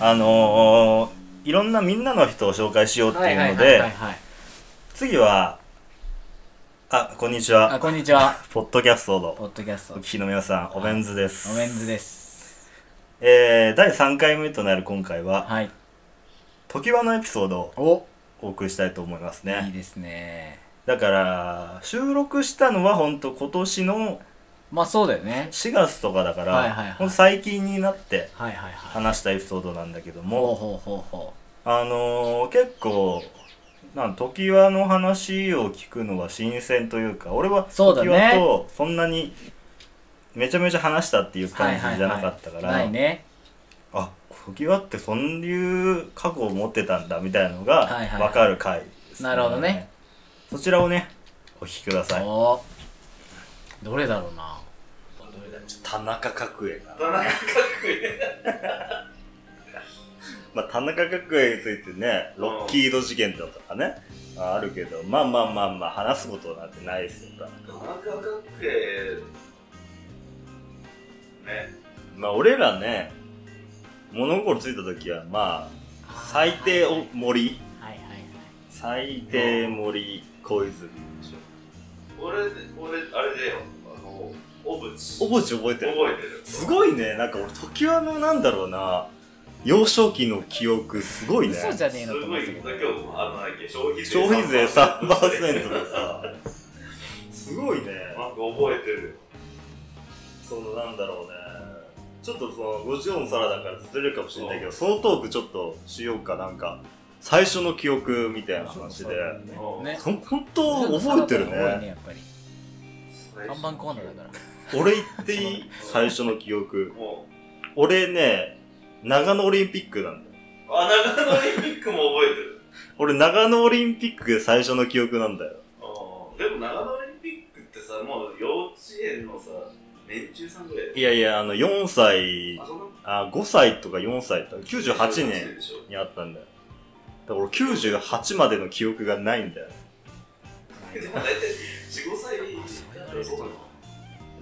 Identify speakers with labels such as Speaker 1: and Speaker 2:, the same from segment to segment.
Speaker 1: あのーいろんなみんなの人を紹介しようって
Speaker 2: はいいは
Speaker 1: う
Speaker 2: い
Speaker 1: の
Speaker 2: はいはい
Speaker 1: で
Speaker 2: はい
Speaker 1: 次はあこんにち
Speaker 2: あ
Speaker 1: は
Speaker 2: こんにちは
Speaker 1: ポッドキャストの
Speaker 2: ポッドキャスト
Speaker 1: お聞きの皆さんおめんずです
Speaker 2: おめんずです
Speaker 1: えー、第3回目となる今回は
Speaker 2: はい
Speaker 1: 時盤のエピソードを
Speaker 2: お
Speaker 1: お送りしたいと思いますね
Speaker 2: いいですね
Speaker 1: だから収録したのはほんと今年の
Speaker 2: まあそうだよね
Speaker 1: 4月とかだから、
Speaker 2: はいはいはい
Speaker 1: ほんと最近になって
Speaker 2: はいはいはい
Speaker 1: 話したエピソードなんだけど
Speaker 2: ほう
Speaker 1: も、
Speaker 2: ほうほうほ
Speaker 1: あのー結構なん時和の話を聞くのは新鮮というか俺は
Speaker 2: そうだ
Speaker 1: 時
Speaker 2: ね
Speaker 1: 和とそんなにめちゃめちゃ話したっていう
Speaker 2: う
Speaker 1: 感じじゃなかったから、
Speaker 2: はいはいはいないね
Speaker 1: あ時和ってそういう過去を持ってたんだみたいなのが
Speaker 2: はいはい
Speaker 1: 分かる回です
Speaker 2: なるほどね
Speaker 1: そちらをねお聞きください
Speaker 2: おどれだろうな
Speaker 1: 田中角栄田中角栄 まあ田中角栄についてねロッキード事件だとかね、あるけどまあまあまあまあ話すことなんてないですよ多分
Speaker 3: 田中角栄ね
Speaker 1: まあ俺らね物心ついた時はまあ最低お森
Speaker 2: はいはい
Speaker 1: 最低森小泉
Speaker 3: 俺俺あれだよあの小渕覚
Speaker 1: 覚えて覚えてる
Speaker 3: えてる
Speaker 1: すごいねなんか俺時はのなんだろうな幼少期の記憶すごいね
Speaker 2: 嘘じゃねえ
Speaker 3: す
Speaker 2: のと
Speaker 3: ご
Speaker 2: 思っ
Speaker 3: い
Speaker 2: てた
Speaker 3: 今
Speaker 2: け
Speaker 3: 日
Speaker 2: ど
Speaker 3: もあのなんだっけ消費税
Speaker 1: 消費税3%で
Speaker 3: なんか
Speaker 1: さすごいね
Speaker 3: 覚えてる
Speaker 1: そのなんだろうねちょっとその54の皿だからずれるかもしれないけどそのトークちょっとしようかなんか最初の記憶みたいな話で
Speaker 3: うん
Speaker 2: ね
Speaker 1: ほん本当覚えてる
Speaker 2: 多いね
Speaker 1: ね
Speaker 2: やっぱり看板コーナー だから
Speaker 1: 俺言っていい最初の記憶
Speaker 3: もう
Speaker 1: 俺ね長野オリンピックなんだよ
Speaker 3: あ長野オリンピックも覚えてる
Speaker 1: 俺長野オリンピックが最初の記憶なんだよ
Speaker 3: うんでも長野オリンピックってさもう幼稚園のさ年中さんぐらいだよ
Speaker 1: いやいやあの4歳
Speaker 3: あそんな
Speaker 1: あ5歳とか4歳とか98年
Speaker 3: でしょ
Speaker 1: にあったんだよだから俺98までの記憶がないんだよ
Speaker 3: でも大体45歳だったらそうかな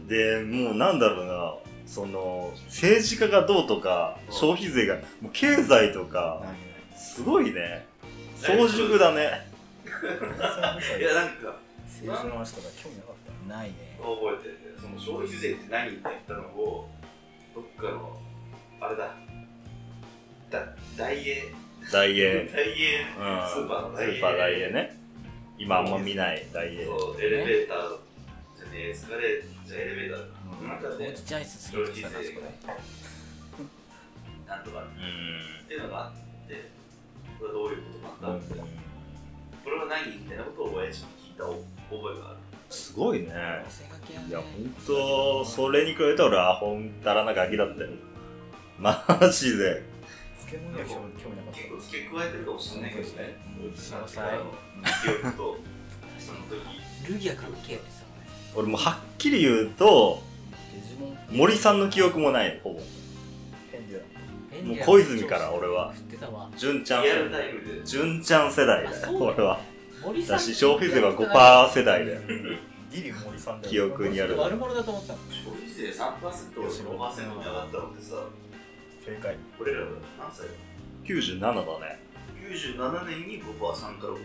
Speaker 1: でもうなんだろうなその政治家がどうとか
Speaker 3: うん
Speaker 1: 消費税がもう経済とかすごいね早熟だね
Speaker 3: いやなんか
Speaker 2: 政治の話とか興味なかったないね
Speaker 3: 覚えてるその消費税って何って言ったのをどっかのあれだだ大英
Speaker 1: 大
Speaker 3: 大英
Speaker 1: 英
Speaker 3: ス
Speaker 1: うん
Speaker 3: ーパーの
Speaker 1: ス
Speaker 3: 大英
Speaker 1: ーパー大英ね今あんま見ない大英
Speaker 3: そうエレベーターじゃねえエスカレーじゃエレベーター
Speaker 1: うん
Speaker 3: だなんか
Speaker 2: お
Speaker 3: ね
Speaker 2: じちゃん椅子するとしたなそこで
Speaker 3: なんとか
Speaker 1: うん
Speaker 3: っていうのがあってこれどういうことなんだってこれは何みたいなことを親父に聞いた覚えがある
Speaker 1: すごいね
Speaker 2: 寄せ書きやね
Speaker 1: いや本当それに比べたら俺アホンたらなガキだったよマジで
Speaker 2: 漬物には興味興味なかった
Speaker 3: 結構付け加えてるかもしれないけどね
Speaker 2: うん
Speaker 3: なんかあの記憶とその時
Speaker 2: ルギア関係ですよね
Speaker 1: 俺もうはっきり言うと
Speaker 2: デジモン
Speaker 1: 森さんの記憶もないほぼ
Speaker 2: ペンデュラ
Speaker 1: もう小泉から俺は
Speaker 2: 振ってたわ
Speaker 1: 純ちゃん
Speaker 3: リアルタイムで
Speaker 1: 純ちゃん世代だよ
Speaker 2: あそうだよね
Speaker 1: 俺は
Speaker 2: 森さん
Speaker 1: だし消費税は5%世代だよ
Speaker 2: ギリ森さんだよ
Speaker 1: 記憶にある
Speaker 2: 悪者だと思ってたもん
Speaker 3: 消費税3%が5%に上がったのってさ、
Speaker 2: 正解
Speaker 3: 俺らは何歳だ
Speaker 1: 97だね
Speaker 3: ?97 年に5%から5%。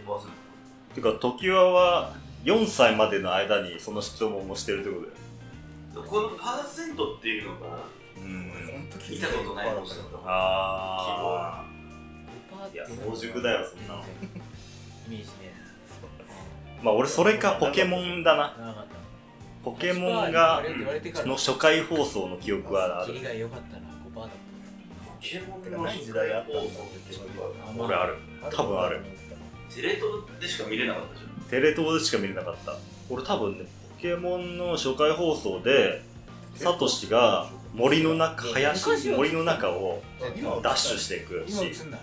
Speaker 1: てか常盤は4歳までの間にその質問をしてるってことだよ
Speaker 3: このパーセントっていうのが
Speaker 1: うん
Speaker 2: 当
Speaker 3: 見たことないもんだから。
Speaker 1: あいや早熟だよそんなの
Speaker 2: イメージね
Speaker 1: ーまあ俺それかポケモンだな
Speaker 2: なかっ
Speaker 1: ポ
Speaker 2: た
Speaker 1: ケモンが
Speaker 2: 言われてから
Speaker 1: の初回放送の記憶はあ
Speaker 2: 霧
Speaker 1: る
Speaker 2: が良かったな5%だっ
Speaker 3: ポケモンの時代放送っていうの
Speaker 2: た
Speaker 3: が
Speaker 1: 俺ある多分ある
Speaker 3: テレ東でしか見れなかったじゃん。
Speaker 1: テレ東でしか見れなかった俺多分ねポケモンの初回放送でサトシが森の中林森の中をダッシュしていく
Speaker 2: 今映
Speaker 1: し
Speaker 2: んない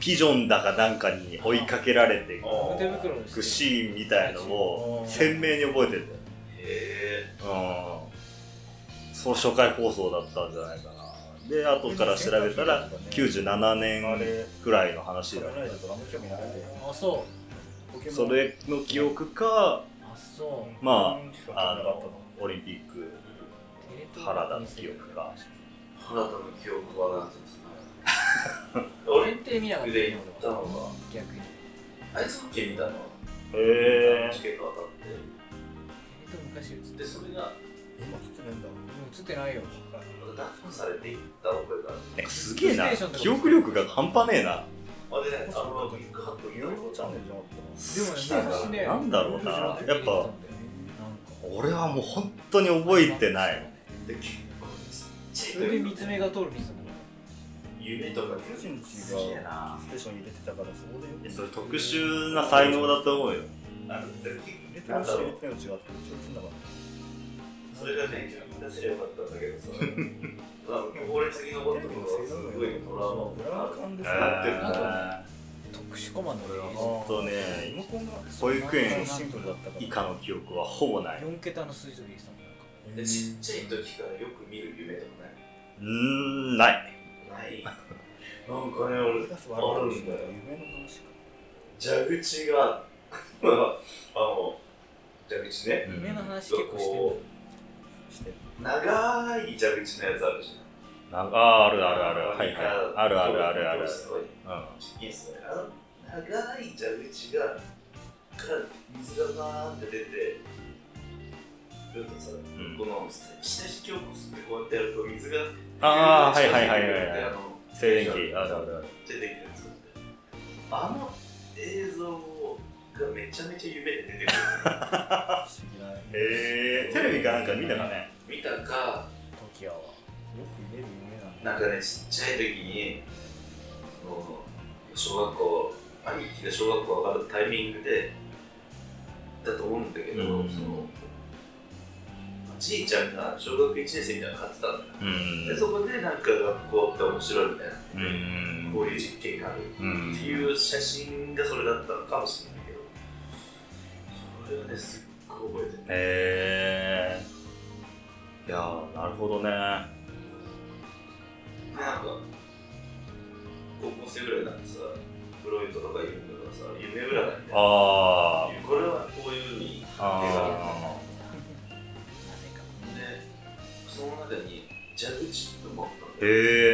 Speaker 1: ピジョンだかなんかに追いかけられてい
Speaker 2: 手袋をして
Speaker 1: くシーンみたいのを鮮明に覚えてるんだよ
Speaker 3: へ
Speaker 1: うんその初回放送だったんじゃないかなで後から調べたら97年くらいの話だね
Speaker 2: あそ
Speaker 1: それの記憶か
Speaker 2: うあそ
Speaker 1: まああのオリンピック
Speaker 2: う
Speaker 1: 原田の記憶か
Speaker 3: ぇあなたの記憶はなぜつ
Speaker 2: 俺
Speaker 3: 俺
Speaker 2: っ、て見なかった
Speaker 3: で行ったのが、
Speaker 2: 逆に
Speaker 3: アイスホッケー見たのは、
Speaker 1: へえ
Speaker 3: チケット当たっ、
Speaker 2: えっと昔映って
Speaker 3: で、それが、
Speaker 4: 今映ってないんだ
Speaker 2: て映ってないよ
Speaker 3: 脱粉されていった覚えがある。
Speaker 1: なんかすげえな記憶力が半端ねえな
Speaker 3: あれね、あの、ビッグハット見
Speaker 4: ユ
Speaker 3: た
Speaker 4: ー
Speaker 3: の
Speaker 4: ロチャンネルじゃなかっ
Speaker 2: でもね
Speaker 1: 好きだな
Speaker 2: 昔ね
Speaker 1: なんだろうなやっ
Speaker 2: なん
Speaker 1: ぱ
Speaker 2: か
Speaker 1: 俺はもう本当に覚えてない
Speaker 3: で、結構、ちっち
Speaker 2: そ
Speaker 3: ゃい
Speaker 2: れで
Speaker 3: 時
Speaker 2: 見つめが通る見てたんだか
Speaker 3: 夢とか
Speaker 4: た巨人ち
Speaker 1: すげえ
Speaker 4: が
Speaker 1: な
Speaker 4: ステーション入れてたからそこでよ
Speaker 1: それ特殊な才能だと思うよ
Speaker 3: あの、で
Speaker 4: 入れてま
Speaker 3: なん
Speaker 4: し
Speaker 3: だ
Speaker 4: た
Speaker 3: ろ
Speaker 4: 入れ
Speaker 3: う、
Speaker 4: てないの違ってこっち映んなかっ
Speaker 3: それがね、自分出せればよかったんだけどさ、なんか俺次のボットとかすごいトラウマ
Speaker 4: たブラウン管ですね
Speaker 1: え
Speaker 3: あ
Speaker 2: ら特殊コマンドで
Speaker 1: ー本当ね
Speaker 4: リモコンが
Speaker 1: 保育園
Speaker 4: シンプルだったから
Speaker 1: 以下の記憶はほぼない
Speaker 2: 4桁の数字とか言ってたもんなんか
Speaker 3: でちっちゃい時からよく見る夢とか
Speaker 1: うーんない
Speaker 3: ない ない。なんかね、俺、
Speaker 4: 出す悪い話だよ夢の話か
Speaker 3: 蛇口が、まあ、あの、蛇口ね、
Speaker 2: 夢の話
Speaker 3: ちょ
Speaker 2: 結
Speaker 3: っと
Speaker 2: 構してる
Speaker 3: こ
Speaker 4: して
Speaker 3: う、長い蛇口のやつあるじ
Speaker 1: なんかあーあ
Speaker 3: ゃん。
Speaker 1: るあるあるはいはいあるあるあるある
Speaker 3: すごい、
Speaker 1: うん
Speaker 3: いいっすね。あの、長い蛇口が、から水がバーって出て、なんかさ、
Speaker 1: ん
Speaker 3: この、下敷きをこすってこうやってやると水が、
Speaker 1: あーはいはいはいはいはい
Speaker 3: あの
Speaker 1: 静電気あるあるある
Speaker 3: 出てきたやつあの映像がめちゃめちゃ夢で出てくる
Speaker 4: 不思議なよ
Speaker 1: へえテレビかなんか見たかね
Speaker 3: 見たか
Speaker 2: 時キは
Speaker 4: く見れる夢なんだ
Speaker 3: なんかねちっちゃい時にその小学校兄貴が小学校上がるタイミングでだと思うんだけど、
Speaker 1: うん
Speaker 3: そのじいちゃんが小学1年生みたいなの買ってたんだよ
Speaker 1: うん
Speaker 3: でそこでなんか学校って面白いみたいな、
Speaker 1: うんうん
Speaker 3: こういう実験がある
Speaker 1: うん
Speaker 3: っていう写真がそれだったのかもしれないけどそれはねすっごい覚えてる
Speaker 1: へえいやーなるほどね
Speaker 3: でなんか高校生ぐらいになってさプロイトとか言うんだからさ夢占いみたいな
Speaker 1: あ
Speaker 3: これはこういうふうに
Speaker 1: ああ
Speaker 2: なぜか
Speaker 3: でその中に蛇口って思ったん
Speaker 1: ー
Speaker 3: で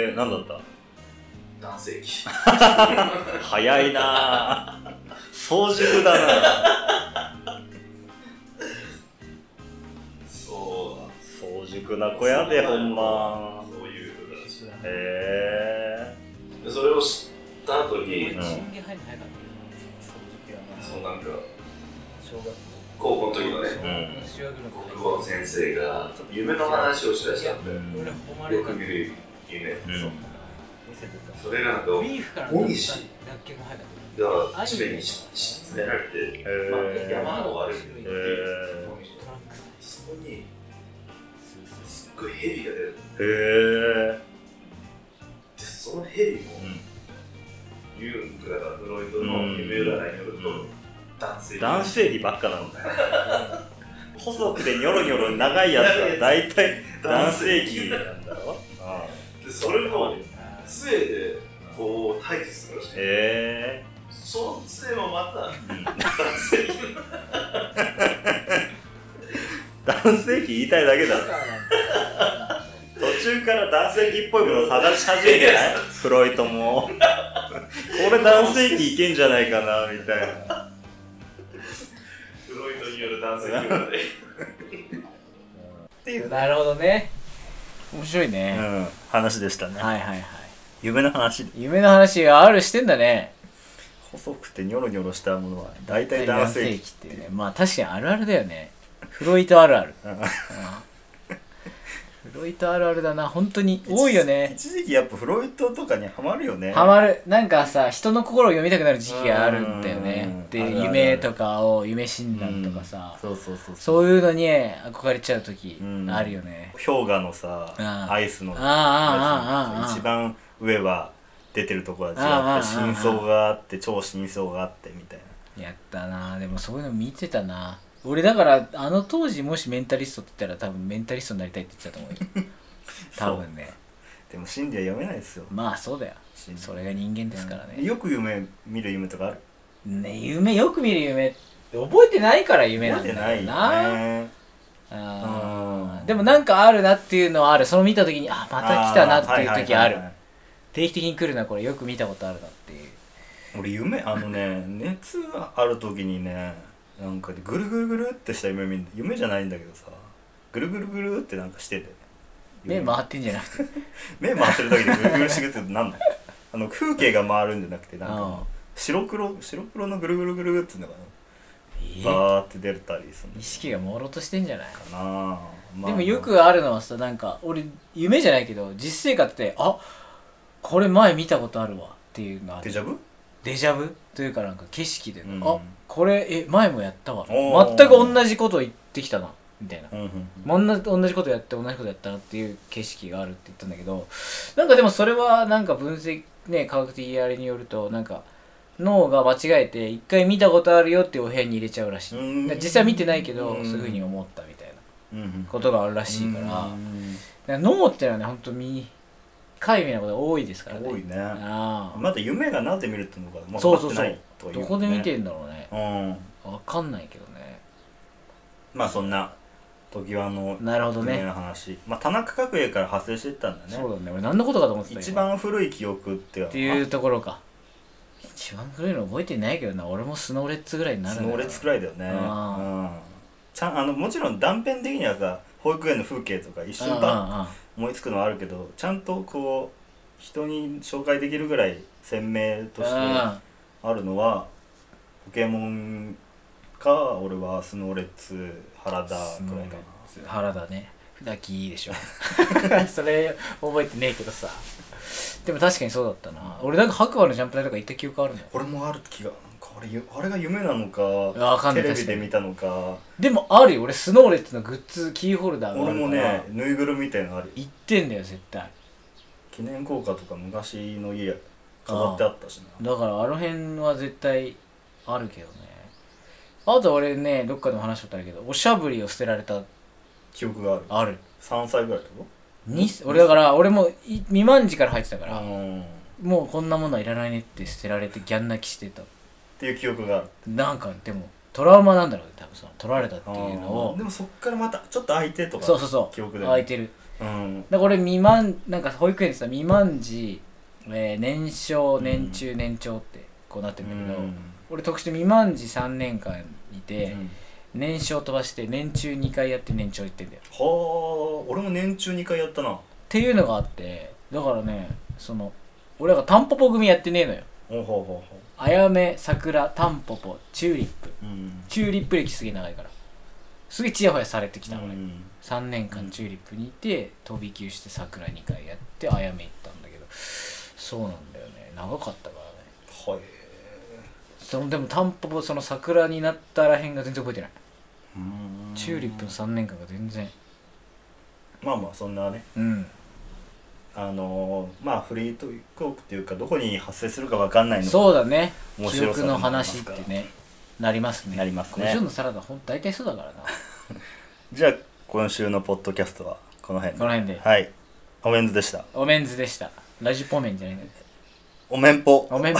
Speaker 1: へえ何だった
Speaker 3: 男性器
Speaker 1: 早いなあ早熟だな
Speaker 3: そうなんです
Speaker 1: 早熟な子やでほんま
Speaker 3: そういうふうだし
Speaker 1: へ
Speaker 3: でそれを知った後
Speaker 1: う
Speaker 3: に、
Speaker 1: ん
Speaker 2: チンゲ入るの早かっ
Speaker 4: 掃除機はな
Speaker 3: そうなんか
Speaker 4: 小学校
Speaker 3: 高校の時のね
Speaker 1: えうん
Speaker 2: た修学旅
Speaker 3: 国
Speaker 2: 行
Speaker 3: 語の先生が夢の話をしだしたんだよ
Speaker 1: うん
Speaker 2: 俺誉
Speaker 3: よ
Speaker 2: れ
Speaker 3: く
Speaker 2: か
Speaker 3: 見る夢
Speaker 1: うん
Speaker 4: 見せてた
Speaker 3: それなんか
Speaker 2: ビーフから
Speaker 3: 大西
Speaker 2: 脱却も早かった
Speaker 3: が地面にし詰められて、
Speaker 1: へ
Speaker 3: まあ、
Speaker 1: え
Speaker 3: 山を歩いてて、
Speaker 1: え
Speaker 2: トランクス
Speaker 3: そこにすっごい蛇が出る
Speaker 1: へえ
Speaker 3: でその蛇も
Speaker 1: う
Speaker 3: ユーンクだからフロイトの夢占いによると、
Speaker 1: うん
Speaker 3: 男性
Speaker 1: ん男性器ばっかなんだよ細くてニョロニョロ長いやつは大体男性器なんだろ
Speaker 3: でそれも
Speaker 2: あー
Speaker 3: 杖でこう退治するらしい、
Speaker 1: へえ
Speaker 3: その杖もまた
Speaker 1: うん
Speaker 3: 男性器
Speaker 1: 男性器言いたいだけだ
Speaker 2: ビ
Speaker 1: ろ
Speaker 2: ーフからなんて
Speaker 1: 途中から男性器っぽいものを探し始めてないフロイトもこれ男性器いけんじゃないかなみたいな
Speaker 3: フロイトによる男性器占い
Speaker 4: っていう
Speaker 2: なるほどね面白いね、
Speaker 1: うん話でしたね、
Speaker 2: はいはいはい
Speaker 1: 夢の話で
Speaker 2: 夢の話があるしてんだね
Speaker 1: 細くてニョロニョロしたものは大体男性器
Speaker 2: っていうねまあ確かにあるあるだよねフロイトあるある
Speaker 1: うん
Speaker 2: フロイトあるあるだな本当に多いよね
Speaker 1: 一時期やっぱフロイトとかにはまるよね
Speaker 2: ハマるなんかさ人の心を読みたくなる時期があるんだよ
Speaker 1: うん
Speaker 2: ねで
Speaker 1: あるある
Speaker 2: 夢とかを夢診断とかさ、
Speaker 1: そうそうそうそう
Speaker 2: そういうのに憧れちゃう時
Speaker 1: うん
Speaker 2: あるよね、
Speaker 1: 氷河のさ
Speaker 2: うん
Speaker 1: アイスの
Speaker 2: あ
Speaker 1: や
Speaker 2: あ
Speaker 1: つ
Speaker 2: ああああ
Speaker 1: 一番上は出てるとこは違
Speaker 2: あああ
Speaker 1: っ
Speaker 2: あ
Speaker 1: て真相があって超真相があってみたいな
Speaker 2: やったなでもそういうの見てたな俺だからあの当時もしメンタリストって言ったら多分メンタリストになりたいって言ってたと思 うよ多分ね
Speaker 1: でも心理は読めないですよ
Speaker 2: まあそうだよ
Speaker 1: 心理
Speaker 2: それが人間ですから
Speaker 1: うん
Speaker 2: ね,、
Speaker 1: よく夢見る夢とかある
Speaker 2: ね夢よく見る夢覚えてないから夢なんだよ
Speaker 1: 覚えて
Speaker 2: な
Speaker 1: ないよね
Speaker 2: あー
Speaker 1: うん
Speaker 2: でもなんかあるなっていうのはあるその見た時にあまた来たなっていう時ある
Speaker 1: はいはいはいはい
Speaker 2: 定期的に来るなこれよく見たことあるなっていう
Speaker 1: 俺夢あのね熱がある時にねなんかでぐるぐるぐるってした夢見る夢じゃないんだけどさぐるぐるぐるってなんかしてて
Speaker 2: 目回ってんじゃな くて
Speaker 1: 目回ってる時にぐるぐるしてくってなんだよあの風景が回るんじゃなくてなん
Speaker 2: う
Speaker 1: か
Speaker 2: ん
Speaker 1: 白黒白黒のぐるぐるぐるっていうのが
Speaker 2: え
Speaker 1: バーって出たりする
Speaker 2: 意識が朦朧としてんじゃない
Speaker 1: のかな、まあ
Speaker 2: でもよくあるのはさなんか俺夢じゃないけど実生活であこれ前見たことあるわっていうのあ
Speaker 1: デ
Speaker 2: る
Speaker 1: ジャブ
Speaker 2: デジャブというかなんか景色で、
Speaker 1: うん
Speaker 2: あこれえ前もやったわ
Speaker 1: おー
Speaker 2: 全く同じこと言ってきたなみたいな
Speaker 1: うんうん
Speaker 2: もんな同じことやって同じことやったなっていう景色があるって言ったんだけどなんかでもそれはなんか分析ね科学的あれによるとなんか脳が間違えて一回見たことあるよっていうお部屋に入れちゃうらしいだ
Speaker 1: う
Speaker 2: か
Speaker 1: ん
Speaker 2: ら実際見てないけど
Speaker 1: うん
Speaker 2: そういうふうに思ったみたいな
Speaker 1: うんうん
Speaker 2: ことがあるらしいからだか
Speaker 1: うん
Speaker 2: ら脳ってのはねほんとみ深いみなことが多いですからね
Speaker 1: 多いね
Speaker 2: ああ
Speaker 1: まだ夢がなぜ見るってのか、まあ、
Speaker 2: そうそう
Speaker 1: 分
Speaker 2: そ
Speaker 1: かってな
Speaker 2: う
Speaker 1: いとは言う
Speaker 2: ど
Speaker 1: よね
Speaker 2: こで見てんだろうね
Speaker 1: うん
Speaker 2: わかんないけどね
Speaker 1: まあそんな時はの
Speaker 2: なるほど
Speaker 1: 夢
Speaker 2: ね
Speaker 1: の話、まあ田中角栄から発生してったんだ
Speaker 2: そう
Speaker 1: ね
Speaker 2: だね俺何のことかと思ってた
Speaker 1: 一
Speaker 2: 今
Speaker 1: 番古い記憶って
Speaker 2: ってい
Speaker 1: あ
Speaker 2: うところか一番古いの覚えてないけどな俺もスノーレッツぐらいになる
Speaker 1: ス
Speaker 2: んだよ
Speaker 1: ノーレッツくらいだよね
Speaker 2: あー
Speaker 1: うんちゃんあのもちろん断片的にはさ保育園の風景とか一瞬
Speaker 2: うん
Speaker 1: パッ
Speaker 2: うんうん
Speaker 1: 思いつくのはあるけどちゃんとこう人に紹介できるぐらい鮮明としてあるのはポケモンか俺はスノーレッツ原田くらいかな
Speaker 2: うん原田ねだきいいでしょ それ覚えてねえけどさでも確かにそうだったな俺なんか白馬のジャンプ台とか行った記憶あるのよ
Speaker 1: 俺もある気がなんかあれゆあれが夢なのか
Speaker 2: わかんない
Speaker 1: テレビ
Speaker 2: 確か
Speaker 1: で
Speaker 2: に
Speaker 1: 見たのか
Speaker 2: でもあるよ俺スノーレッツのグッズキーホルダーがあ
Speaker 1: 俺
Speaker 2: る
Speaker 1: も
Speaker 2: から
Speaker 1: ねぬいぐるみみたいなのある
Speaker 2: 行ってんだよ絶対
Speaker 1: 記念硬貨とか昔の家飾ってあったしな
Speaker 2: だからあの辺は絶対あるけどねあと俺ねどっかでも話しとったんだけどおしゃぶりを捨てられた
Speaker 1: 記憶がある
Speaker 2: ある
Speaker 1: 3歳ぐらいってこ
Speaker 2: に俺だから俺もい未満児から入ってたか
Speaker 1: と
Speaker 2: ら、
Speaker 1: うんっ
Speaker 2: もうこんなものはいらないねって捨てられてギャン泣きしてた
Speaker 1: ていう記憶がある
Speaker 2: なんかでもトラウマなんだろうね多分その取られたっていうの
Speaker 1: う
Speaker 2: を
Speaker 1: んでもそっからまたちょっと空いてとか
Speaker 2: そうそうそう
Speaker 1: 記憶で
Speaker 2: 空いてる
Speaker 1: うん
Speaker 2: だから俺未満なんか保育園でさ未満児、えー年少年中年長ってこうなってるんだけど、
Speaker 1: うん
Speaker 2: 俺特殊未満児3年間いて、
Speaker 1: うん
Speaker 2: 年少飛ばして年中2回やって年長行ってんだよ
Speaker 1: はあ俺も年中2回やったな
Speaker 2: っていうのがあってだからねその俺がタンポポ組やってねえのよ
Speaker 1: ほうほうほうほ
Speaker 2: あやめ桜タンポポチューリップ
Speaker 1: ううん
Speaker 2: チューリップ歴すげえ長いからすげえチヤホヤされてきたのね、
Speaker 1: うん
Speaker 2: 3年間チューリップにいて飛び級して桜2回やってあやめ行ったんだけどそうなんだよね長かったから
Speaker 1: は
Speaker 2: ね
Speaker 1: い
Speaker 2: そのでもタンポポその桜になったらへんが全然覚えてない
Speaker 1: うん
Speaker 2: チューリップの3年間が全然
Speaker 1: まあまあそんなね
Speaker 2: うん
Speaker 1: あのーまあフリートークっていうかどこに発生するかわかんないの
Speaker 2: そうだね
Speaker 1: 面
Speaker 2: 記
Speaker 1: 白さ
Speaker 2: 憶
Speaker 1: にな
Speaker 2: の
Speaker 1: りま
Speaker 2: 話っ
Speaker 1: すから
Speaker 2: てねなりますね
Speaker 1: なりますね
Speaker 2: 五条のサラダほん大体そうだ からな
Speaker 1: じゃあ今週のポッドキャストはこの辺で
Speaker 2: この辺で
Speaker 1: はいおめんずでした
Speaker 2: おメンズでしたラジポメンじゃないんだよ
Speaker 1: おめんぽ
Speaker 2: おメンポ